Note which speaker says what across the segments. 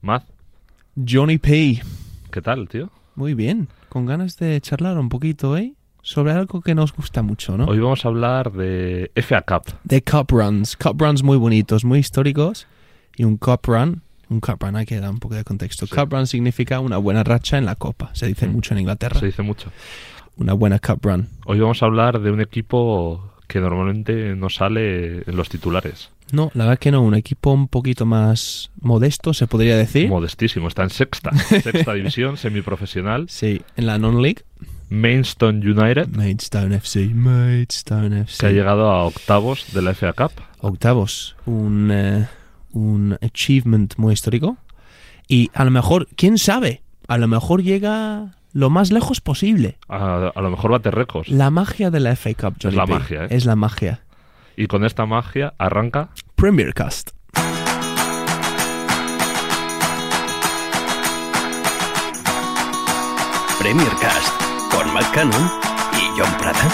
Speaker 1: Maz,
Speaker 2: Johnny P.
Speaker 1: ¿qué tal, tío?
Speaker 2: Muy bien, con ganas de charlar un poquito, ¿eh? Sobre algo que nos gusta mucho, ¿no?
Speaker 1: Hoy vamos a hablar de FA Cup.
Speaker 2: De cup runs, cup runs muy bonitos, muy históricos. Y un cup run, un cup run, hay que dar un poco de contexto.
Speaker 1: Sí.
Speaker 2: Cup run significa una buena racha en la copa, se dice
Speaker 1: Mm.
Speaker 2: mucho en Inglaterra.
Speaker 1: Se dice mucho.
Speaker 2: Una buena cup run.
Speaker 1: Hoy vamos a hablar de un equipo que normalmente no sale en los titulares.
Speaker 2: No, la verdad que no, un equipo un poquito más modesto, se podría decir.
Speaker 1: Modestísimo, está en sexta. Sexta división, semiprofesional.
Speaker 2: sí, en la non-league.
Speaker 1: Mainstone United,
Speaker 2: Maidstone FC, Maidstone FC.
Speaker 1: que ha llegado a octavos de la FA Cup.
Speaker 2: octavos, un, eh, un achievement muy histórico. Y a lo mejor, quién sabe, a lo mejor llega lo más lejos posible.
Speaker 1: A, a lo mejor bate récords.
Speaker 2: La magia de la FA Cup, Johnny
Speaker 1: la
Speaker 2: P.
Speaker 1: magia, ¿eh?
Speaker 2: Es la magia.
Speaker 1: Y con esta magia arranca.
Speaker 2: Premier Cast.
Speaker 3: Premier Cast con Matt Cannon y John Prada.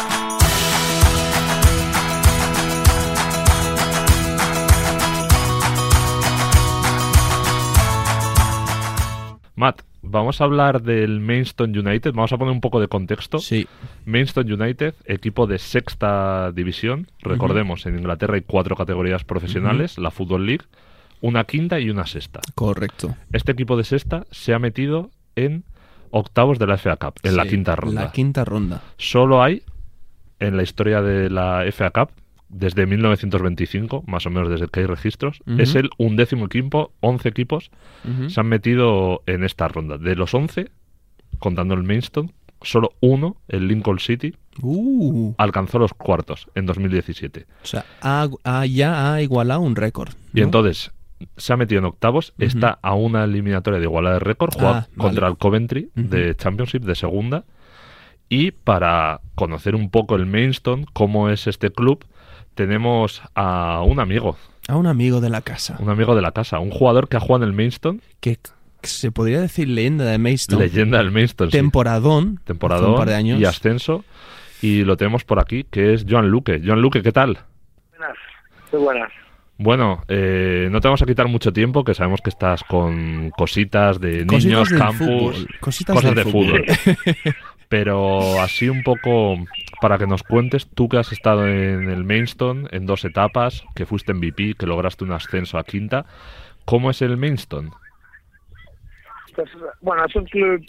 Speaker 1: Matt, vamos a hablar del Mainstone United. Vamos a poner un poco de contexto.
Speaker 2: Sí,
Speaker 1: Mainstone United, equipo de sexta división. Recordemos, en Inglaterra hay cuatro categorías profesionales, la Football League, una quinta y una sexta.
Speaker 2: correcto.
Speaker 1: Este equipo de sexta se ha metido en octavos de la FA Cup, en la
Speaker 2: Sí,
Speaker 1: quinta ronda.
Speaker 2: La quinta ronda.
Speaker 1: Solo hay, en la historia de la FA Cup, desde 1925, más o menos desde que hay registros,
Speaker 2: Ujú.
Speaker 1: es el undécimo equipo, 11 equipos
Speaker 2: Ujú.
Speaker 1: se han metido en esta ronda. De los 11, contando el Mainstone, solo uno, el Lincoln City,
Speaker 2: Uh,
Speaker 1: alcanzó los cuartos en 2017.
Speaker 2: o sea, ha- ha- ya ha igualado un récord.
Speaker 1: Y
Speaker 2: ¿no?
Speaker 1: entonces se ha metido en octavos,
Speaker 2: Ujú.
Speaker 1: está a una eliminatoria de igualdad de récord, juega
Speaker 2: Ah, vale.
Speaker 1: contra el Coventry de
Speaker 2: Ujú.
Speaker 1: Championship de segunda. Y para conocer un poco el Mainstone, cómo es este club, tenemos a un amigo,
Speaker 2: A un amigo de la casa.
Speaker 1: un amigo de la casa, un jugador que ha jugado en el Mainstone,
Speaker 2: Que que se podría decir leyenda de Maidstone.
Speaker 1: leyenda del Mainstone, sí.
Speaker 2: Temporadón. hace un
Speaker 1: temporada
Speaker 2: par de años.
Speaker 1: y ascenso. Y lo tenemos por aquí, que es Joan Luque. Joan Luque, ¿qué tal?
Speaker 4: Buenas, muy buenas.
Speaker 1: Bueno, eh, no te vamos a quitar mucho tiempo, que sabemos que estás con cositas de niños,
Speaker 2: Cositas del
Speaker 1: campus,
Speaker 2: fútbol, cositas
Speaker 1: cosas
Speaker 2: del
Speaker 1: de fútbol. Pero así un poco para que nos cuentes, tú que has estado en el Mainstone en dos etapas, que fuiste MVP, que lograste un ascenso a quinta, ¿cómo es el Mainstone?
Speaker 4: Pues, bueno, es un club,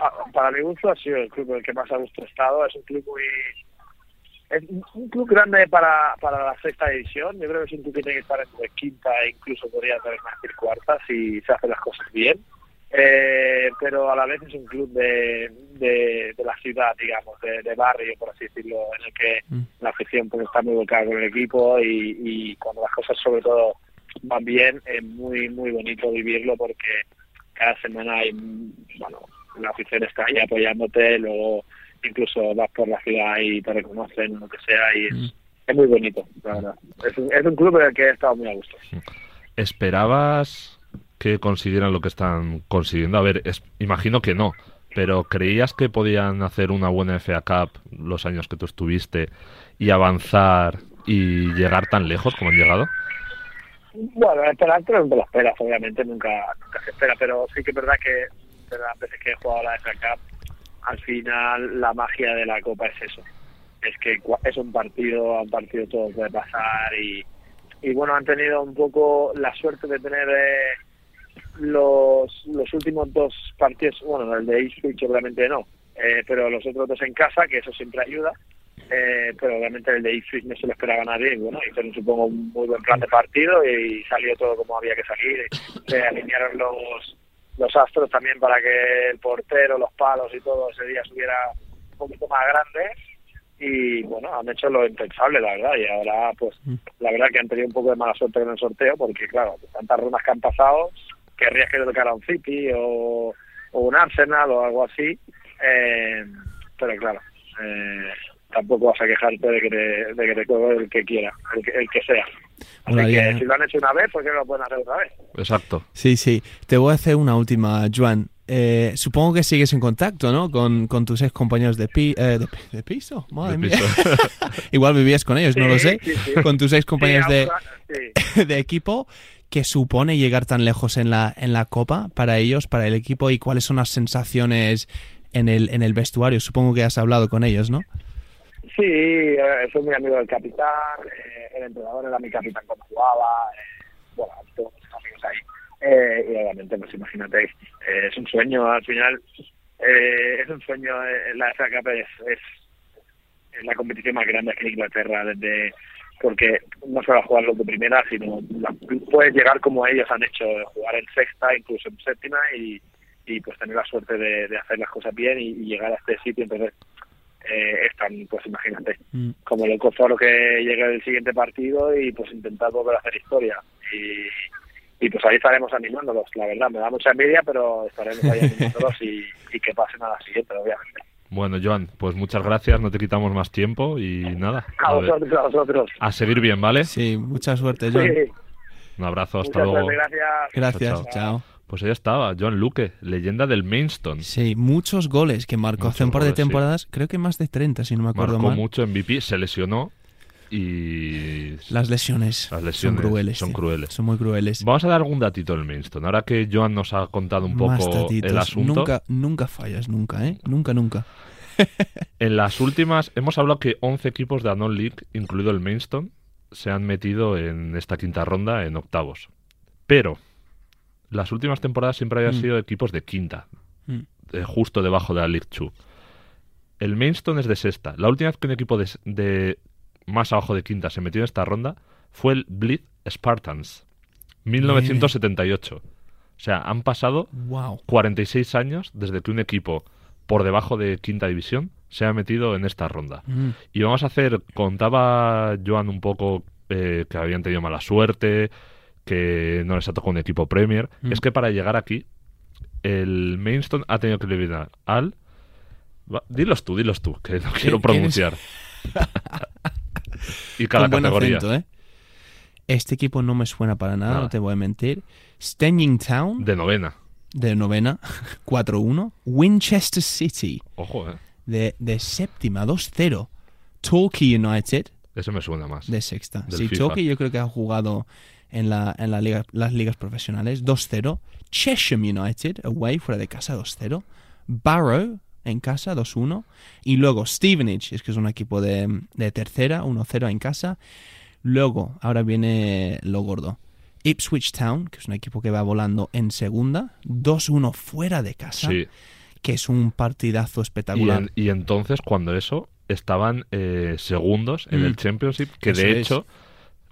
Speaker 4: a- para mi gusto, ha sido el club en el que más a gusto he estado. Es un club muy. Es un- un club grande para, para la sexta división. Yo creo que es un club que tiene que estar entre quinta e incluso podría haber más que cuarta si se hacen las cosas bien. Eh, pero a la vez es un club de, de, de la ciudad, digamos, de, de barrio, por así decirlo, en el que
Speaker 2: Mm.
Speaker 4: la afición pues, está muy volcada con el equipo y, y cuando las cosas, sobre todo, van bien, es muy, muy bonito vivirlo porque cada semana hay, bueno, la afición está ahí apoyándote, luego incluso vas por la ciudad y te reconocen o lo que sea y es,
Speaker 2: Mm.
Speaker 4: es muy bonito, la verdad. Es un, es un club en el que he estado muy a gusto.
Speaker 1: ¿Esperabas que consiguieran lo que están consiguiendo? A ver, es- imagino que no, pero ¿creías que podían hacer una buena FA Cup los años que tú estuviste y avanzar y llegar tan lejos como han llegado?
Speaker 4: Bueno, esperar creo que no te lo esperas, obviamente, nunca, nunca se espera, pero sí que es verdad que de las veces que he jugado a la FA Cup, al final la magia de la Copa es eso. Es que cua- es un partido, a un partido todo puede pasar y, y bueno, han tenido un poco la suerte de tener eh, los, los últimos dos partidos, bueno, el de Ipswich seguramente no, eh, pero los otros dos en casa, que eso siempre ayuda. Eh, pero obviamente el de Ipswich no se lo esperaba nadie y bueno, hicieron supongo un muy buen plan de partido y salió todo como había que salir. Se alinearon los, los astros también para que el portero, los palos y todo ese día estuviera un poquito más grande y bueno, han hecho lo impensable la verdad y ahora pues
Speaker 2: Mm.
Speaker 4: la verdad que han tenido un poco de mala suerte en el sorteo porque claro, de tantas rondas que han pasado, querrías que le tocara un City o, o un Arsenal o algo así, eh, pero claro, eh, tampoco vas a quejarte de que te, de que te cobre el que quiera, el que, el que sea. Así
Speaker 2: Bueno,
Speaker 4: que
Speaker 2: ya-
Speaker 4: si lo han hecho una vez, ¿por qué no lo pueden hacer otra vez?
Speaker 1: Exacto.
Speaker 2: Sí, sí. Te voy a hacer una última, Juan. Eh, supongo que sigues en contacto, ¿no? Con, con tus ex compañeros de, pi- eh, de, pi- de piso. Madre mía. Igual vivías con ellos, no lo
Speaker 4: Sí,
Speaker 2: sé.
Speaker 4: sí, sí.
Speaker 2: Con tus ex compañeros
Speaker 4: Sí,
Speaker 2: de,
Speaker 4: ahora- sí.
Speaker 2: de equipo. que supone llegar tan lejos en la, en la Copa para ellos, para el equipo, y cuáles son las sensaciones en el, en el vestuario. Supongo que has hablado con ellos, ¿no?
Speaker 4: Sí, eh, soy muy amigo del capitán, eh, el entrenador era mi capitán cuando jugaba, eh, bueno, todos mis amigos ahí. Eh, y obviamente, pues imagínate, eh, es un sueño, al final eh, es un sueño, eh, la FA Cup es, es- es la competición más grande aquí en Inglaterra, desde porque no solo jugar los de primera, sino la- puedes llegar como ellos han hecho, jugar en sexta, incluso en séptima, y, y pues tener la suerte de, de hacer las cosas bien y, y llegar a este sitio, entonces eh, es tan, pues imagínate,
Speaker 2: Mm.
Speaker 4: como loco Foro que llega el siguiente partido y pues intentar volver a hacer historia. Y, y pues ahí estaremos animándolos, la verdad, me da mucha envidia, pero estaremos ahí animándolos y, y que pasen a la siguiente, obviamente.
Speaker 1: Bueno, Joan, pues muchas gracias, no te quitamos más tiempo y nada.
Speaker 4: A
Speaker 1: a ver,
Speaker 4: vosotros, a vosotros.
Speaker 1: a seguir bien, ¿vale?
Speaker 2: Sí, mucha suerte,
Speaker 4: Sí,
Speaker 2: John.
Speaker 1: Un abrazo, hasta
Speaker 4: muchas
Speaker 1: luego.
Speaker 4: suerte, gracias.
Speaker 2: Gracias,
Speaker 1: Chao,
Speaker 2: chao.
Speaker 1: Pues ahí estaba, Joan Luque, leyenda del Mainston.
Speaker 2: Sí, muchos goles que marcó
Speaker 1: Muchos
Speaker 2: hace un par de
Speaker 1: goles, sí.
Speaker 2: temporadas, creo que más de 30, si no me acuerdo
Speaker 1: Marcó
Speaker 2: mal.
Speaker 1: mucho MVP, se lesionó y...
Speaker 2: Las lesiones,
Speaker 1: Las lesiones
Speaker 2: son crueles.
Speaker 1: son
Speaker 2: tío.
Speaker 1: crueles.
Speaker 2: Son muy crueles.
Speaker 1: Vamos a dar algún datito del Mainston. Ahora que Joan nos ha contado un
Speaker 2: Más
Speaker 1: poco
Speaker 2: tatitos.
Speaker 1: el asunto,
Speaker 2: Nunca, nunca fallas, nunca, ¿eh? Nunca, nunca.
Speaker 1: en las últimas hemos hablado que 11 equipos de la Non-League, incluido el Mainston, se han metido en esta quinta ronda en octavos. Pero las últimas temporadas siempre habían
Speaker 2: Mm.
Speaker 1: sido equipos de quinta,
Speaker 2: Mm.
Speaker 1: eh, justo debajo de la League 2. El Mainston es de sexta. La última vez que un equipo de, s- de más abajo de quinta se metió en esta ronda fue el Blyth Spartans, 1978. O sea, han pasado
Speaker 2: Wow.
Speaker 1: 46 años desde que un equipo por debajo de quinta división se ha metido en esta ronda.
Speaker 2: Mm.
Speaker 1: Y vamos a hacer, contaba Joan un poco eh, que habían tenido mala suerte, que no les ha tocado un equipo Premier.
Speaker 2: Mm.
Speaker 1: Es que para llegar aquí, el Mainstone ha tenido que eliminar al... va- dilos tú, dilos tú, que no quiero
Speaker 2: quién es?
Speaker 1: pronunciar. y cada
Speaker 2: Con buen
Speaker 1: categoría.
Speaker 2: acento, ¿eh? Este equipo no me suena para nada,
Speaker 1: Nada.
Speaker 2: no te voy a mentir. Stenging Town, de,
Speaker 1: De novena.
Speaker 2: novena, 4-1. Winchester City,
Speaker 1: Ojo, eh.
Speaker 2: de, de séptima, 2-0. Torquay United,
Speaker 1: Eso me suena más.
Speaker 2: de sexta.
Speaker 1: Del
Speaker 2: Sí,
Speaker 1: FIFA.
Speaker 2: Torquay yo creo que ha jugado en, la, en la liga- las ligas profesionales, 2-0. Chesham United, away, fuera de casa, 2-0. Barrow, en casa, 2-1. Y luego Stevenage, es que es un equipo de, de tercera, 1-0 en casa. Luego, ahora viene lo gordo. Ipswich Town, que es un equipo que va volando en segunda, 2-1 fuera de casa,
Speaker 1: Sí.
Speaker 2: que es un partidazo
Speaker 1: Y,
Speaker 2: espectacular.
Speaker 1: en- y entonces, cuando eso, estaban eh, segundos en
Speaker 2: Mm.
Speaker 1: el Championship, que
Speaker 2: Eso
Speaker 1: de
Speaker 2: es.
Speaker 1: hecho,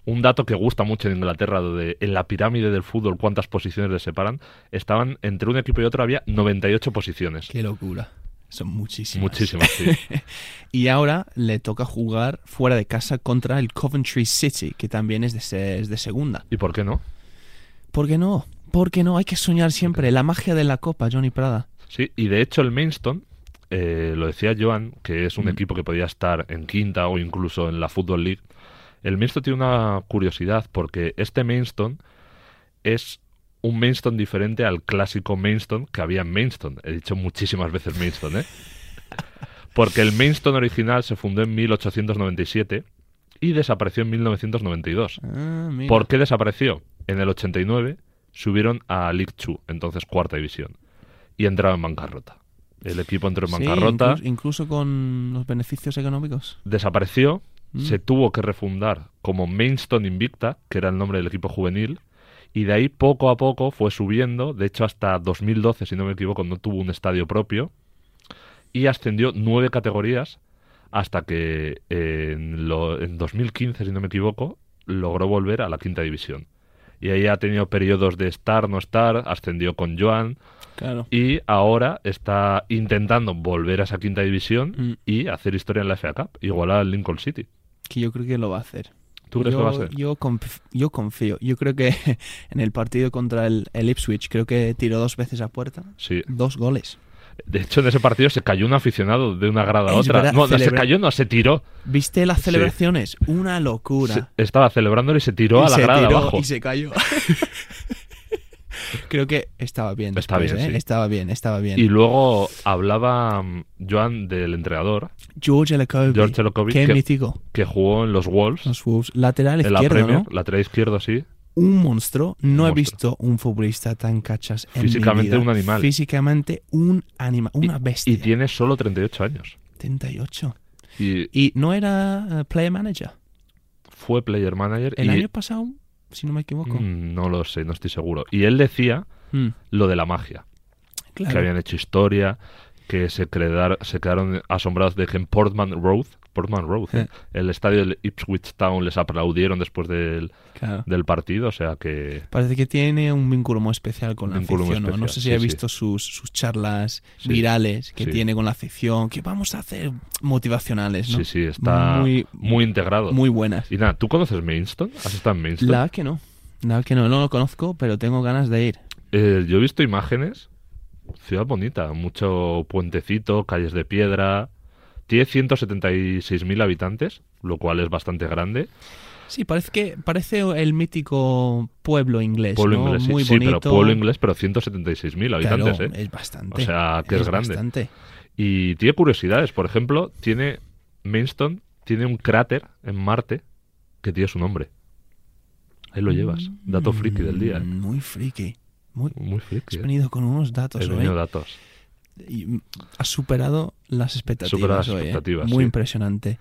Speaker 1: un dato que gusta mucho en Inglaterra, lo de en la pirámide del fútbol, cuántas posiciones les separan, estaban entre un equipo y otro había 98 posiciones.
Speaker 2: Qué locura. Son muchísimas.
Speaker 1: Muchísimas, sí.
Speaker 2: Y ahora le toca jugar fuera de casa contra el Coventry City, que también es de, se- es de segunda.
Speaker 1: ¿Y por qué no?
Speaker 2: ¿Por qué no? ¿Por qué no? Hay que soñar siempre. La magia de la copa, Johnny Prada.
Speaker 1: Sí, y de hecho el Mainston, eh, lo decía Joan, que es un equipo que podía estar en quinta o incluso en la Football League. El Mainston tiene una curiosidad porque este Mainston es un Mainston diferente al clásico Mainston que había en Mainston. He dicho muchísimas veces Mainston, ¿eh? Porque el Mainston original se fundó en 1897 y desapareció en 1992.
Speaker 2: Ah, mira.
Speaker 1: ¿Por qué desapareció? En el 89 subieron a League 2, entonces cuarta división, y entraron en bancarrota. El equipo entró en
Speaker 2: Sí,
Speaker 1: bancarrota,
Speaker 2: incluso, incluso con los beneficios económicos.
Speaker 1: desapareció,
Speaker 2: Mm.
Speaker 1: se tuvo que refundar como Mainstone Invicta, que era el nombre del equipo juvenil, y de ahí poco a poco fue subiendo, de hecho hasta 2012, si no me equivoco, no tuvo un estadio propio, y ascendió nueve categorías hasta que eh, en, lo- en 2015, si no me equivoco, logró volver a la quinta división. Y ahí ha tenido periodos de estar, no estar, ascendió con Joan,
Speaker 2: Claro.
Speaker 1: y ahora está intentando volver a esa quinta división
Speaker 2: Mm.
Speaker 1: y hacer historia en la FA Cup, igual al Lincoln City.
Speaker 2: Que yo creo que lo va a hacer.
Speaker 1: ¿Tú crees
Speaker 2: yo,
Speaker 1: que va a ser?
Speaker 2: Yo, conf- yo confío. Yo creo que en el partido contra el, el Ipswich, creo que tiró dos veces a puerta.
Speaker 1: Sí.
Speaker 2: Dos goles.
Speaker 1: De hecho, en ese partido se cayó un aficionado de una grada a
Speaker 2: Es
Speaker 1: otra.
Speaker 2: verdad,
Speaker 1: no, no, se
Speaker 2: celebra-
Speaker 1: cayó, no, se tiró.
Speaker 2: ¿Viste las
Speaker 1: Sí.
Speaker 2: celebraciones? Una locura.
Speaker 1: Se- estaba celebrándolo y se tiró
Speaker 2: Y
Speaker 1: a la
Speaker 2: se
Speaker 1: grada de
Speaker 2: tiró
Speaker 1: abajo.
Speaker 2: Y se cayó. Creo que estaba bien.
Speaker 1: Está
Speaker 2: después,
Speaker 1: bien,
Speaker 2: ¿eh?
Speaker 1: sí.
Speaker 2: Estaba bien, estaba bien.
Speaker 1: Y luego hablaba mm, Joan del entrenador
Speaker 2: George Lacobi.
Speaker 1: George Lacobi,
Speaker 2: Qué
Speaker 1: que-
Speaker 2: mítico.
Speaker 1: que jugó en los Wolves,
Speaker 2: Los Wolves. Lateral
Speaker 1: en la
Speaker 2: izquierdo,
Speaker 1: Premier,
Speaker 2: ¿no?
Speaker 1: lateral izquierdo, sí.
Speaker 2: un monstruo. No he
Speaker 1: monstruo.
Speaker 2: visto un futbolista tan cachas en mi
Speaker 1: Físicamente
Speaker 2: vida.
Speaker 1: un animal.
Speaker 2: Físicamente un animal, una
Speaker 1: Y-
Speaker 2: bestia.
Speaker 1: Y tiene solo 38 años.
Speaker 2: 78.
Speaker 1: Y
Speaker 2: Y no era eh, player manager.
Speaker 1: fue player manager.
Speaker 2: El
Speaker 1: y,
Speaker 2: año pasado, si no me equivoco.
Speaker 1: Mm, No lo sé, no estoy seguro. Y él decía
Speaker 2: Mm,
Speaker 1: lo de la magia, que
Speaker 2: claro.
Speaker 1: habían hecho historia, que se, quedar- se quedaron asombrados de que en Portman Road, Portman Road,
Speaker 2: Eh.
Speaker 1: el estadio del Ipswich Town les aplaudieron después del,
Speaker 2: claro.
Speaker 1: del partido, o sea que...
Speaker 2: Parece que tiene un vínculo muy especial con la
Speaker 1: Vínculo muy
Speaker 2: afición. ¿no? No
Speaker 1: especial,
Speaker 2: sé si
Speaker 1: sí,
Speaker 2: he
Speaker 1: sí.
Speaker 2: visto sus, sus charlas
Speaker 1: Sí,
Speaker 2: virales que
Speaker 1: sí.
Speaker 2: tiene con la afición, que vamos a hacer motivacionales, ¿no?
Speaker 1: Sí, sí, está muy,
Speaker 2: Muy-
Speaker 1: integrado.
Speaker 2: Muy buenas.
Speaker 1: Y nada, ¿tú conoces Mainston? ¿Has estado en Mainston?
Speaker 2: La verdad que no. La verdad que no, no lo conozco, pero tengo ganas de ir.
Speaker 1: Eh, yo he visto imágenes. Ciudad bonita, mucho puentecito, calles de piedra. Tiene 176.000 habitantes, lo cual es bastante grande.
Speaker 2: Sí, parece que parece el mítico pueblo inglés,
Speaker 1: Pueblo
Speaker 2: ¿no?
Speaker 1: inglés, sí.
Speaker 2: Muy
Speaker 1: sí,
Speaker 2: bonito.
Speaker 1: pero pueblo inglés, pero 176.000
Speaker 2: Claro,
Speaker 1: habitantes, ¿eh?
Speaker 2: es bastante.
Speaker 1: O sea, que es grande.
Speaker 2: bastante.
Speaker 1: Y tiene curiosidades. Por ejemplo, tiene Mainston, tiene un cráter en Marte que tiene su nombre. Ahí lo llevas. Dato friki del día.
Speaker 2: Mm,
Speaker 1: ¿eh?
Speaker 2: Muy friki. Muy...
Speaker 1: Muy friki.
Speaker 2: Has
Speaker 1: ¿eh?
Speaker 2: venido con unos datos
Speaker 1: He
Speaker 2: hoy.
Speaker 1: venido datos.
Speaker 2: y mm, ha superado las expectativas.
Speaker 1: Supera las
Speaker 2: hoy, ¿eh?
Speaker 1: expectativas,
Speaker 2: Muy
Speaker 1: sí.
Speaker 2: impresionante.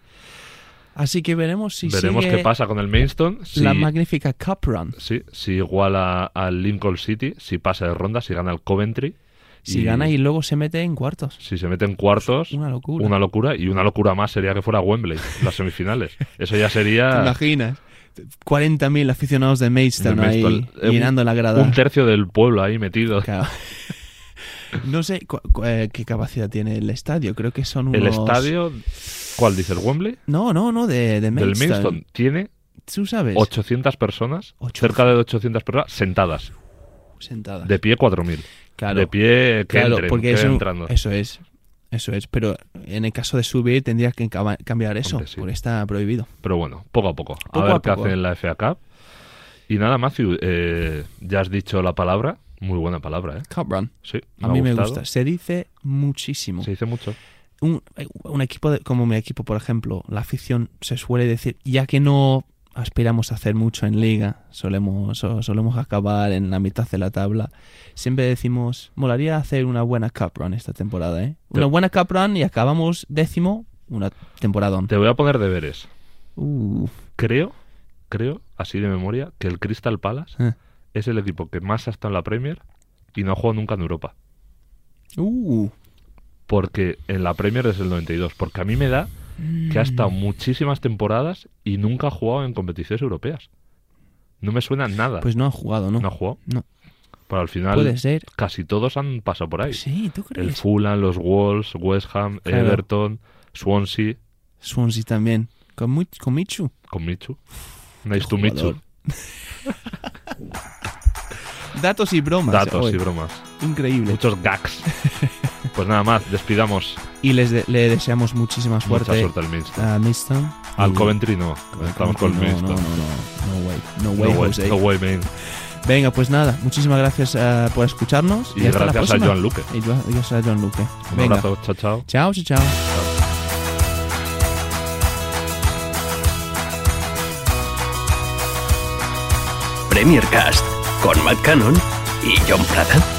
Speaker 2: Así que veremos si
Speaker 1: Veremos
Speaker 2: sigue
Speaker 1: qué pasa con el Mainston. Si...
Speaker 2: la magnífica Cup Run.
Speaker 1: Sí, si iguala al Lincoln City, si pasa de ronda, si gana el Coventry.
Speaker 2: Si gana y luego se mete en cuartos.
Speaker 1: Si se mete en cuartos,
Speaker 2: Una locura.
Speaker 1: una locura. Y una locura más sería que fuera Wembley, las semifinales. Eso ya
Speaker 2: ¿Te
Speaker 1: sería
Speaker 2: imaginas? 40.000 aficionados de Maidstone
Speaker 1: De
Speaker 2: ahí
Speaker 1: Maidstone, eh,
Speaker 2: llenando la grada.
Speaker 1: un tercio del pueblo ahí metido.
Speaker 2: Claro. No sé cu- cu- eh, qué capacidad tiene el estadio. Creo que son unos...
Speaker 1: El estadio, ¿cuál dice? ¿El Wembley?
Speaker 2: No, no, no, de, de
Speaker 1: Del
Speaker 2: Maidstone.
Speaker 1: Mainstone tiene
Speaker 2: Tú sabes,
Speaker 1: 800 personas,
Speaker 2: Ocho-
Speaker 1: cerca de 800 personas sentadas,
Speaker 2: sentadas.
Speaker 1: de pie 4.000.
Speaker 2: claro.
Speaker 1: De pie que
Speaker 2: Claro,
Speaker 1: entren,
Speaker 2: porque
Speaker 1: que
Speaker 2: eso,
Speaker 1: entrando.
Speaker 2: eso es. Eso es. Pero en el caso de subir tendría que cama- cambiar eso,
Speaker 1: Hombre, sí.
Speaker 2: porque está prohibido.
Speaker 1: Pero bueno, poco a poco. A
Speaker 2: Poco
Speaker 1: ver
Speaker 2: a
Speaker 1: qué
Speaker 2: poco.
Speaker 1: hace en la FA Cup. Y nada, Matthew, eh, ya has dicho la palabra. Muy buena palabra, ¿eh?
Speaker 2: Cup Run.
Speaker 1: Sí,
Speaker 2: A
Speaker 1: ha
Speaker 2: mí me
Speaker 1: gustado.
Speaker 2: gusta. Se dice muchísimo.
Speaker 1: Se dice mucho.
Speaker 2: Un, un equipo de- como mi equipo, por ejemplo, la afición se suele decir, ya que no aspiramos a hacer mucho en liga, solemos, so- solemos acabar en la mitad de la tabla, siempre decimos, molaría hacer una buena Cup Run esta temporada, ¿eh? Una
Speaker 1: Te-
Speaker 2: buena Cup Run y acabamos décimo, una temporada.
Speaker 1: Te voy a poner deberes.
Speaker 2: Uh,
Speaker 1: Creo, creo, así de memoria, que el Crystal Palace
Speaker 2: eh.
Speaker 1: es el equipo que más ha estado en la Premier y no ha jugado nunca en Europa.
Speaker 2: Uh.
Speaker 1: Porque en la Premier desde el 92. Porque a mí me da que ha estado
Speaker 2: Mm.
Speaker 1: muchísimas temporadas y nunca ha jugado en competiciones europeas. No me suena nada.
Speaker 2: Pues no han jugado, ¿no?
Speaker 1: no ha jugado.
Speaker 2: No.
Speaker 1: Pero al final
Speaker 2: Puede ser.
Speaker 1: casi todos han pasado por ahí.
Speaker 2: Sí, ¿tú
Speaker 1: El
Speaker 2: crees?
Speaker 1: Fulham, los Wolves, West Ham,
Speaker 2: Claro.
Speaker 1: Everton, Swansea,
Speaker 2: Swansea también. Con, Mu- con Michu.
Speaker 1: con Michu. Nice to meet you.
Speaker 2: jugador. Datos y bromas.
Speaker 1: Datos
Speaker 2: hoy.
Speaker 1: y bromas.
Speaker 2: Increíble.
Speaker 1: Muchos gags. pues nada más, despidamos.
Speaker 2: Y les de- le deseamos muchísima suerte,
Speaker 1: Mucha suerte al Minster.
Speaker 2: a Miston.
Speaker 1: Al
Speaker 2: Y-
Speaker 1: Coventry no.
Speaker 2: al
Speaker 1: Estamos
Speaker 2: Coventry
Speaker 1: con el
Speaker 2: no,
Speaker 1: Minster.
Speaker 2: no, no, no. No way. No
Speaker 1: No
Speaker 2: way,
Speaker 1: way,
Speaker 2: Jose.
Speaker 1: no way, man.
Speaker 2: Venga, pues nada. Muchísimas gracias eh, por escucharnos.
Speaker 1: Y
Speaker 2: hasta la
Speaker 1: gracias a
Speaker 2: próxima.
Speaker 1: Joan Luque.
Speaker 2: Y yo- gracias a John Luque.
Speaker 1: Un
Speaker 2: Venga.
Speaker 1: abrazo, chao, chao.
Speaker 2: Chao, chao, chao.
Speaker 3: Premier Cast con Matt Cannon y John Prada.